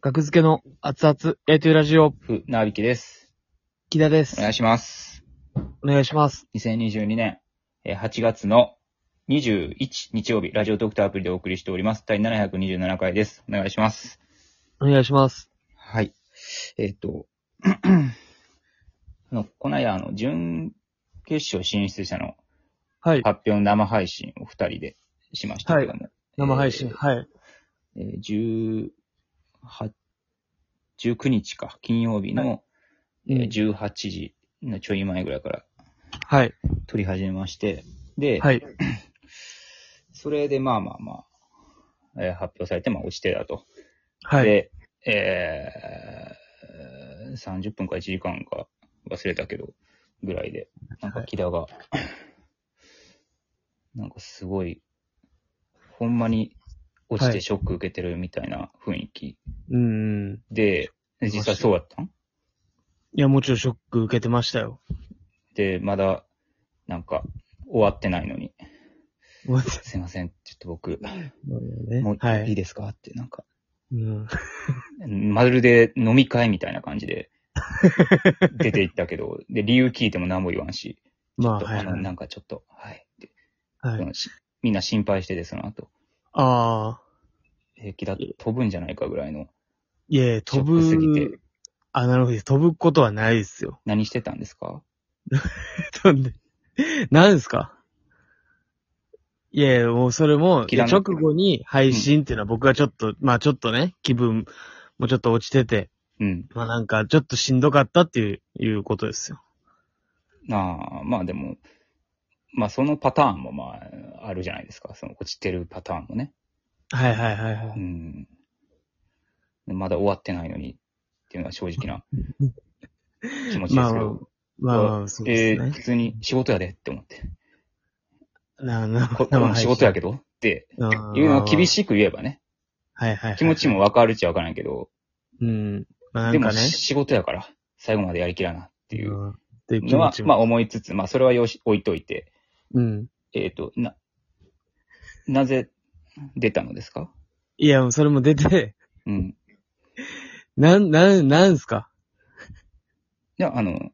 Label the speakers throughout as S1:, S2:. S1: 学付けの熱々焼いてるラジオ、
S2: ふ、なびきです。
S1: 木田です
S2: お。願いします。
S1: お願いします。
S2: 2022年えー8月の21日曜日、ラジオドクターアプリでお送りしております。第727回です。お願いします。
S1: お願いします。
S2: はい。えーっと、 あの、この間、あの、準決勝進出者の
S1: はい。
S2: 発表の生配信を二人でしましたけども、
S1: 生配信、
S2: えー
S1: はい。
S2: えー、18 19日か、金曜日の、
S1: うん
S2: えー18時のちょい前ぐらいから
S1: はい。
S2: 撮り始めまして、で、
S1: はい。
S2: それでまあまあまあ、えー発表されて、まあ落ちてだと。
S1: はい。
S2: で、えー、30分か1時間か忘れたけど、ぐらいで、なんか木田が、なんかすごい、ほんまに落ち
S1: は
S2: て
S1: い
S2: ショック受けてるみたいな雰囲気
S1: うんうん。
S2: で、で実際そうだったん
S1: いや、もちろんショック受けてましたよ。
S2: で、まだ、なんか、終わってないのに、
S1: もう
S2: すいません、ちょっと僕、
S1: ね
S2: もう
S1: はい
S2: い
S1: い。
S2: ですかって、なんか、
S1: うん
S2: まるで飲み会みたいな感じで出て行ったけど、 で、理由聞いても何も言わんし、
S1: まあ、
S2: と
S1: は
S2: あ
S1: い
S2: の、
S1: はい。
S2: なんかちょっと、はい。で
S1: は
S2: そ
S1: い
S2: のしみんな心配してて、その後、
S1: ああ、
S2: 平気だ、飛ぶんじゃないかぐらいの、
S1: いえ、
S2: ショ
S1: 飛
S2: ックすぎて
S1: ぶ、、あ、なるほど。飛ぶことはないですよ。
S2: 何してたんですか
S1: 飛んで、何ですかいや、もうそれも、い
S2: 切
S1: や
S2: らない
S1: 直後に配信っていうのは僕はちょっと、まあちょっとね、気分もちょっと落ちてて、
S2: うん。
S1: まあなんかちょっとしんどかったっていう、いうことですよ。
S2: なあ、まあでも、まあそのパターンもまあ、あるじゃないですか。その落ちてるパターンもね。
S1: はいはいはいは
S2: う
S1: い。
S2: ん。まだ終わってないのに、っていうのは正 直な気持ちで
S1: ますあま
S2: け
S1: あ
S2: ど。、
S1: まあまあ、そう
S2: え
S1: です
S2: ー
S1: ね
S2: 普。通に仕事やでって思って。
S1: なな
S2: ここれも仕事やけどって
S1: ど、
S2: いうのを厳
S1: い。
S2: しく言え ばね、
S1: はいはいはい。
S2: 気持ちもわかるっちゃわからんけど、
S1: うん。まあな
S2: で
S1: んか
S2: も
S1: ね。
S2: 仕事やから、最後までやりきらなっていう
S1: うんっていう気
S2: の
S1: 持
S2: は
S1: ち、
S2: まあ
S1: も。
S2: 思いつつ、まあそれはよし、置いといて、
S1: うん。
S2: えっ、と、な、なぜ出たのですか
S1: いや、もうそれも出て、
S2: うん。
S1: なん、なん、なんすか
S2: いや、あの、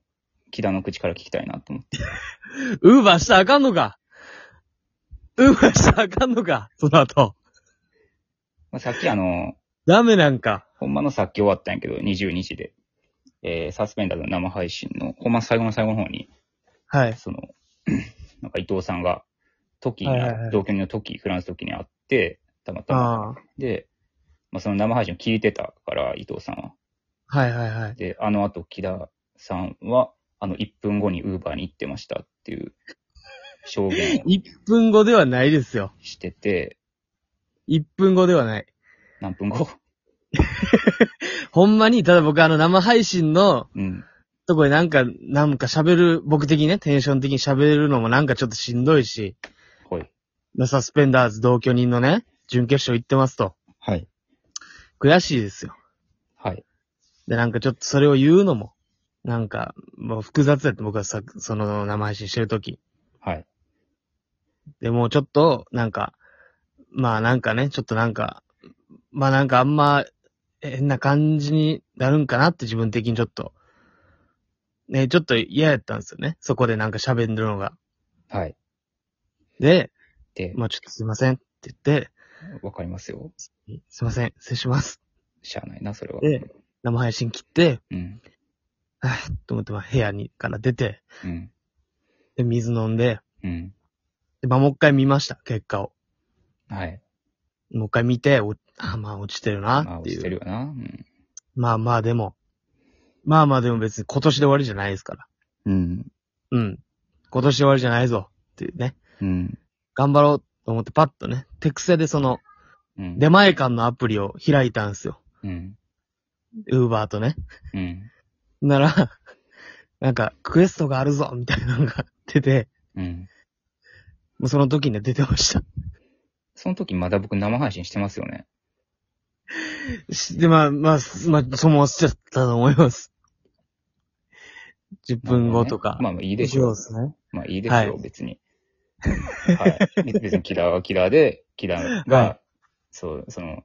S2: 木田の口から聞きたいなと思って。
S1: ウーバーしたらあかんのかウーバーしたらあかんのかその後。
S2: まあ、さっきあの、
S1: ダメなんか。
S2: ほんまのさっき終わったんやけど、22時で、えーサスペンダーズの生配信の、ほんま最後の最後の方に、
S1: はい。
S2: その、なんか伊藤さんが、トキに、
S1: はいはいはい
S2: 同居人のトキ、フランストキに会って、たまたま。
S1: あ
S2: で、まあ、その生配信を聞いてたから、伊藤さんは。
S1: あ。はいはいはい。
S2: で、あの後、木田さんは、あの、1分後にウーバーに行ってましたっていう、証言を
S1: 1分後ではないですよ。
S2: してて、
S1: 1分後ではない。
S2: 何分後
S1: ほんまに、ただ僕あの生配信の
S2: うん。
S1: とこでなんか、なんか喋る、僕的にね、テンション的に喋るのもなんかちょっとしんどいし、
S2: ほい。
S1: サスペンダーズ同居人のね、準決勝行ってますと。
S2: はい。
S1: 悔しいですよ。
S2: はい。
S1: で、なんかちょっとそれを言うのも、なんか、もう複雑だって僕はさ、その生配信してる時
S2: はい。
S1: で、もうちょっと、なんか、まあなんかね、ちょっとなんか、まあなんかあんま変な感じになるんかなって自分的にちょっと、ね、ちょっと嫌やったんですよね。そこでなんか喋るのが。
S2: はい。
S1: で、
S2: で、
S1: まあちょっとすいませんって言って、
S2: わかりますよ。
S1: すいません、失礼します。
S2: しゃあないな、それは。
S1: で生配信切って、
S2: うん。
S1: はぁ、と思って、まあ部屋にから出て、
S2: うん。
S1: で、水飲んで、
S2: うん。
S1: で、まあもう一回見ました、結果を。
S2: はい。
S1: もう一回見て、おあ、まあ落ちてる
S2: ま
S1: な
S2: あ、
S1: って
S2: 落
S1: い
S2: ち
S1: う
S2: て。るよな。うん。
S1: まあまあでも、まあまあでも別に今年で終わりじゃないですから。
S2: うん。
S1: うん。今年で終わりじゃないぞ。っていうね。
S2: うん。
S1: 頑張ろうと思ってパッとね、手癖でその、
S2: うん。
S1: 出前館のアプリを開いたんですよ。
S2: うん。
S1: ウーバーとね。
S2: うん。
S1: なら、 なんか、クエストがあるぞみたいなのが出て、
S2: うん。
S1: もうその時には出てました。
S2: その時まだ僕生配信してますよね。
S1: しで、まあ、まあ、まあ、そう思わせちゃったと思います。10分後とか。
S2: まあまあいいでしょう。
S1: そうですね。
S2: まあいいですよ、
S1: は
S2: 別に。はい。別にキラーはキラーで、キラーが、
S1: は
S2: そう、その、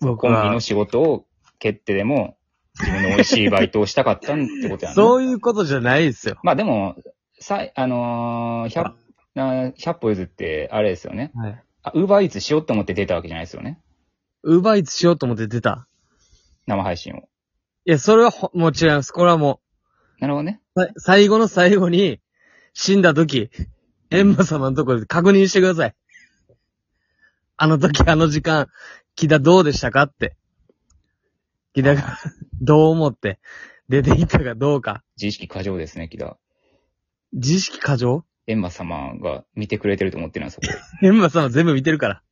S1: 僕
S2: コンビ
S1: は
S2: の、仕事を蹴ってでも、自分の美味しいバイトをしたかったんってことやな。
S1: そういうことじゃないですよ。
S2: まあでも、さい、あのー、100、な100歩譲って、あれですよね。
S1: はい。
S2: あ、ウーバーイーツしようと思って出たわけじゃないですよね。
S1: ウーバーイーツしようと思って出た。
S2: 生配信を。
S1: いや、それはほもう違います。これはも
S2: なるほどね。
S1: う、さ最後の最後に、死んだ時、エンマ様のところで確認してください。あの時、あの時間、木田どうでしたかって。木田が、どう思って、出ていったかどうか。
S2: 自意識過剰ですね、木田。
S1: 自意識過剰
S2: エンマ様が見てくれてると思ってるな、そこ。
S1: エンマ様全部見てるから。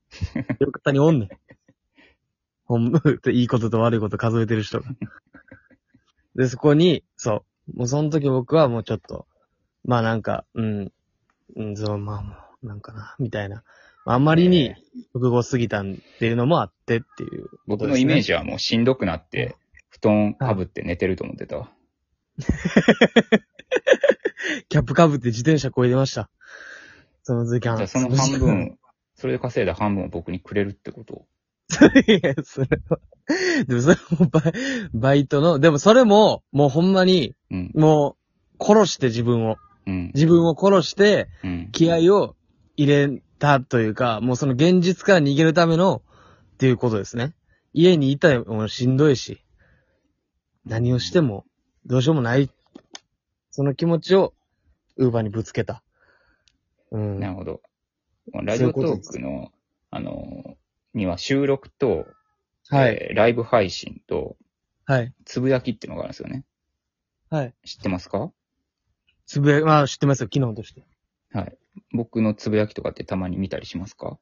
S1: よかったにおんねん。ほんま、いいことと悪いこと数えてる 人が。で、そこに、そう。もうその時僕はもうちょっと、まあなんか、うん、うん、そう、まあもう、なんかな、みたいな。あんまりに
S2: え、
S1: 複合すぎたんっていうのもあってっていう。
S2: 僕のイメージはもうしんどくなって、布団かぶって寝てると思ってたわ。
S1: キャップかぶって自転車こいでました。その時
S2: じ
S1: 間。
S2: ゃあその半分、それで稼いだ半分を僕にくれるってこと
S1: いや、それは。でもそれもバイバイトの、でもそれも、もうほんまに、
S2: うん。
S1: もう、殺して自分を。
S2: うん。
S1: 自分を殺して、
S2: うん。
S1: 気合を入れたというか、もうその現実から逃げるための、っていうことですね。家にいたらもうしんどいし、何をしても、どうしようもない。その気持ちを、ウーバーにぶつけた。うん。
S2: な
S1: は
S2: るほど。ラジオトークの、あの、には収録と、
S1: い。
S2: えーライブ配信と、
S1: はい。
S2: つぶやきっていうのがあるんですよね。
S1: はい。
S2: 知ってますか
S1: つぶや、まあ知ってますよ、機能として。
S2: はい。僕のつぶやきとかってたまに見たりしますか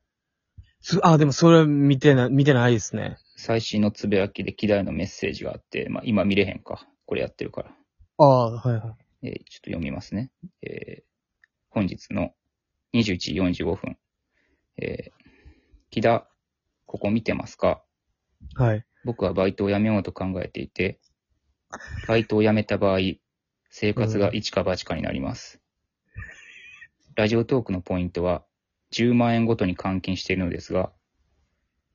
S1: す、あ、でもそれ見てな、見てないですね。
S2: 最新のつぶやきで希代のメッセージがあって、まあ今見れへんか。これやってるから。
S1: ああ、はいはい。
S2: えーちょっと読みますね。えー本日の21時45分。えー、木田、ここ見てますか
S1: はい。
S2: 僕はバイトを辞めようと考えていて、バイトを辞めた場合、生活が一か八かになります。ラジオトークのポイントは、10万円ごとに換金しているのですが、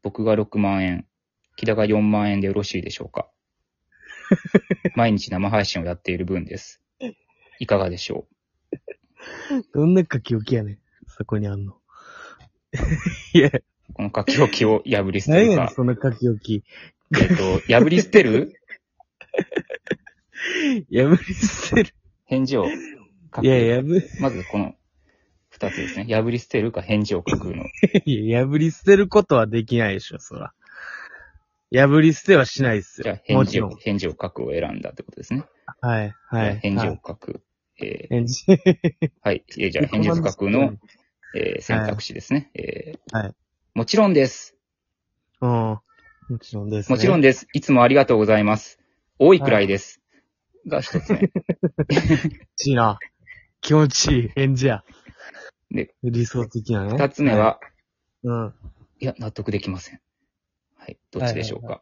S2: 僕が6万円、木田が4万円でよろしいでしょうか毎日生配信をやっている分です。いかがでしょ
S1: どんな書き置きやねん。そこにあんの。いや、
S2: うこの書き置きを破り捨て
S1: 何
S2: る
S1: やねん、
S2: か、
S1: その書き置き。
S2: えっと、破り捨てる
S1: 破り捨 てる。
S2: 返事を書く。
S1: いや、破、
S2: まずこの二つですね。破り捨てるか返事を書くの。
S1: いや、破り捨てることはできないでしょ、そら。破り捨てはしないっす
S2: じゃあ
S1: よ。
S2: 返
S1: もち
S2: 事
S1: ろ
S2: を、
S1: ん。
S2: 返事を書くを選んだってことですね。
S1: はい、はい。
S2: 返事を
S1: はい。
S2: 書く。え
S1: 返事。
S2: ーはい。えーじゃあ返事を書くの、えー選択肢ですね。えー
S1: はい
S2: もちろんです。
S1: うん。もちろんです、ね。
S2: もちろんです。いつもありがとうございます。多いくらいです。が 一つ目。
S1: 気持ちいいな。気持ちいい返事や。
S2: で、
S1: 理想的なね。
S2: 二つ目は、
S1: い。うん。
S2: いや、納得できません。はい。どっちでしょうか。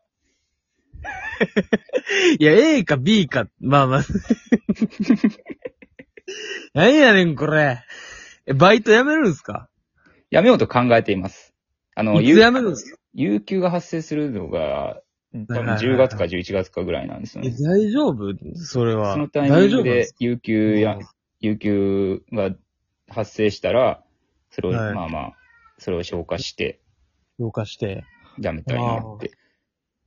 S1: いや、A か B か、まあ まあ。何やねん、これ。え、バイト辞めるんすか
S2: やめようと考えています。あの、
S1: いつ
S2: 有
S1: 辞めるんすか
S2: 有給が発生するのが、
S1: は
S2: 多
S1: い
S2: 分
S1: はいはい
S2: 10月か11月かぐらいなんですよ
S1: え
S2: ね。
S1: 大丈夫それは。
S2: そのタイミング
S1: 大
S2: で
S1: 丈
S2: 有給や
S1: うん、
S2: 有給が発生したら、それを、
S1: はい
S2: まあまあ、それを消化して、
S1: 夫動かして。
S2: やめたいなって。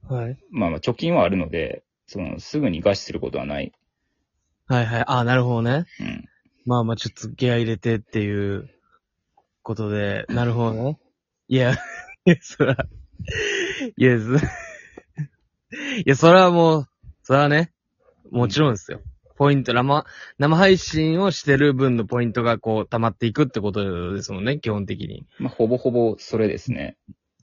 S1: はい。
S2: まあまあ、貯金はあるので、その、すぐに餓死することはない。
S1: はいはい。あ、なるほどね。
S2: うん。
S1: まあまあ、ちょっと気合い入れてっていうことで、なるほどね。いや、いや、そら、いや、そ いや、それはもう、それはね、もちろんですよ。ポイント、生、生配信をしてる分のポイントがこう、溜まっていくってことですもんね、基本的に。
S2: まあ、ほぼほぼそれですね。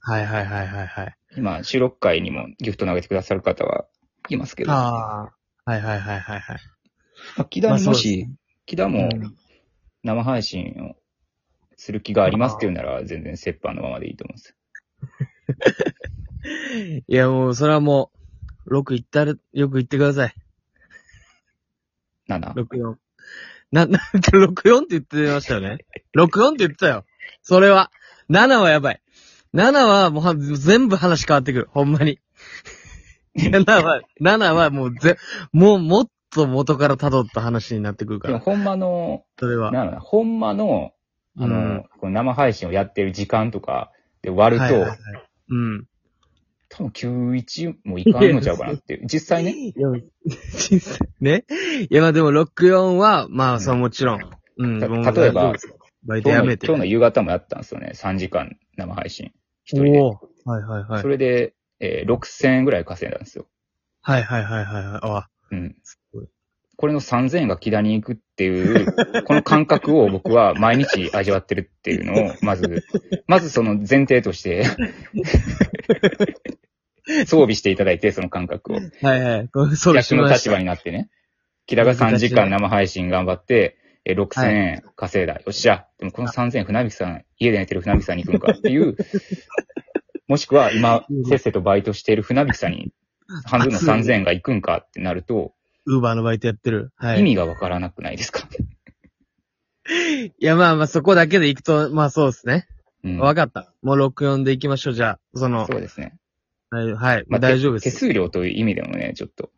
S1: はいはいはいはいはい。
S2: 今、収録会にもギフト投げてくださる方はいますけど、ま
S1: ああ。はいはいはいはいはい。
S2: あ、木田
S1: まあ
S2: に
S1: そう
S2: も
S1: です
S2: し、木田も
S1: うん
S2: 生配信をする気がありますっていうなら、全然折半のままでいいと思うんですよ。
S1: いや、もう、それはもう、6行ったら、よく行ってください。
S2: 7。
S1: 64。な、 なんか64って言ってましたよね。64って言ってたよ。それは。7はやばい。7はもうは全部話変わってくる。ほんまに。 7は、7はもうぜ、もうもっと元から辿った話になってくるか
S2: でも、
S1: ら、
S2: ほんまの、
S1: それは。
S2: なんだろうな、ほんまの、あの、
S1: うん
S2: この生配信をやってる時間とかで割ると、
S1: はいはいはいうん。
S2: 多分91もいかんのちゃうかなって いう。実際ね、
S1: いや、実際ね。いや、まあでも64は、まあ、そうもちろん。うん。
S2: た
S1: もう
S2: 例えば、
S1: バイト
S2: 今
S1: や
S2: 日の
S1: めて。
S2: 今日の夕方もやったんですよね。3時間生配信。一人で。
S1: おおーはいはいはい
S2: そ。れで、えー6000円ぐらい稼いだんですよ。
S1: はいはいはいはいはい。あ、
S2: うん
S1: ごい。
S2: これの3000円が木田に行くっ ていう、この感覚を僕は毎日味わってるっていうのを、まず、まずその前提と して、装備していただいて、その感覚を。
S1: はいはい。これそう
S2: 逆の立場
S1: に。
S2: になってね。木田が3時間生配信頑張って、えー6000円稼いだ。よっしゃ。でもこの3000円、船引さん、家で寝てる船引さんに行くんかっ ていう、もしくは今、せっせとバイトしている船引さんに、半分の3000円が行くんかってなると、
S1: ウーバーのバイトやってる。はい。
S2: 意味がわからなくないですか。
S1: いや、まあまあ、そこだけで行くと、まあそうですね。
S2: うん
S1: わ、かった。もう64で行きましょう、じゃあ。その、
S2: そうですね。
S1: はい、はい。
S2: まあ
S1: 大丈夫で
S2: 手
S1: す。
S2: 数料という意味でもね、ちょっと、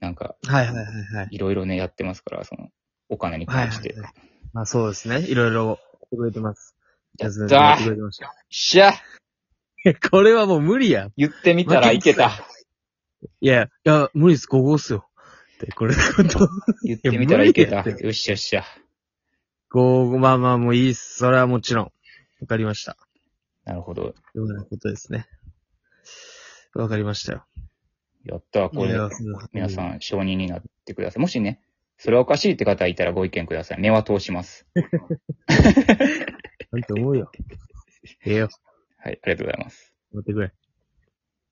S2: なんか、
S1: はいはいはいはい。
S2: いろいろね、やってますから、その、お金に関して。
S1: はいはまあそうですね。いろいろ、くれてます。
S2: やったー
S1: やってくれてました。
S2: しゃ
S1: これはもう無理や。
S2: 言ってみたらいけた。
S1: いや、いや、無理です。ここっすよ。で、これのこと。
S2: 言ってみたらいけた。
S1: いや無理やって
S2: よっしゃよっしゃ。
S1: こう、まあまあ、もういいっす。それはもちろん。わかりました。
S2: なるほど。
S1: ようなことですね。わかりましたよ。
S2: やったわこれ
S1: いや、
S2: 皆さ
S1: ん。
S2: ん、承認になってください。もしね、それはおかしいって方いたらご意見ください。目は通します。
S1: なんて思うよ。ええよ。
S2: はい、ありがとうございます。
S1: 待ってくれ。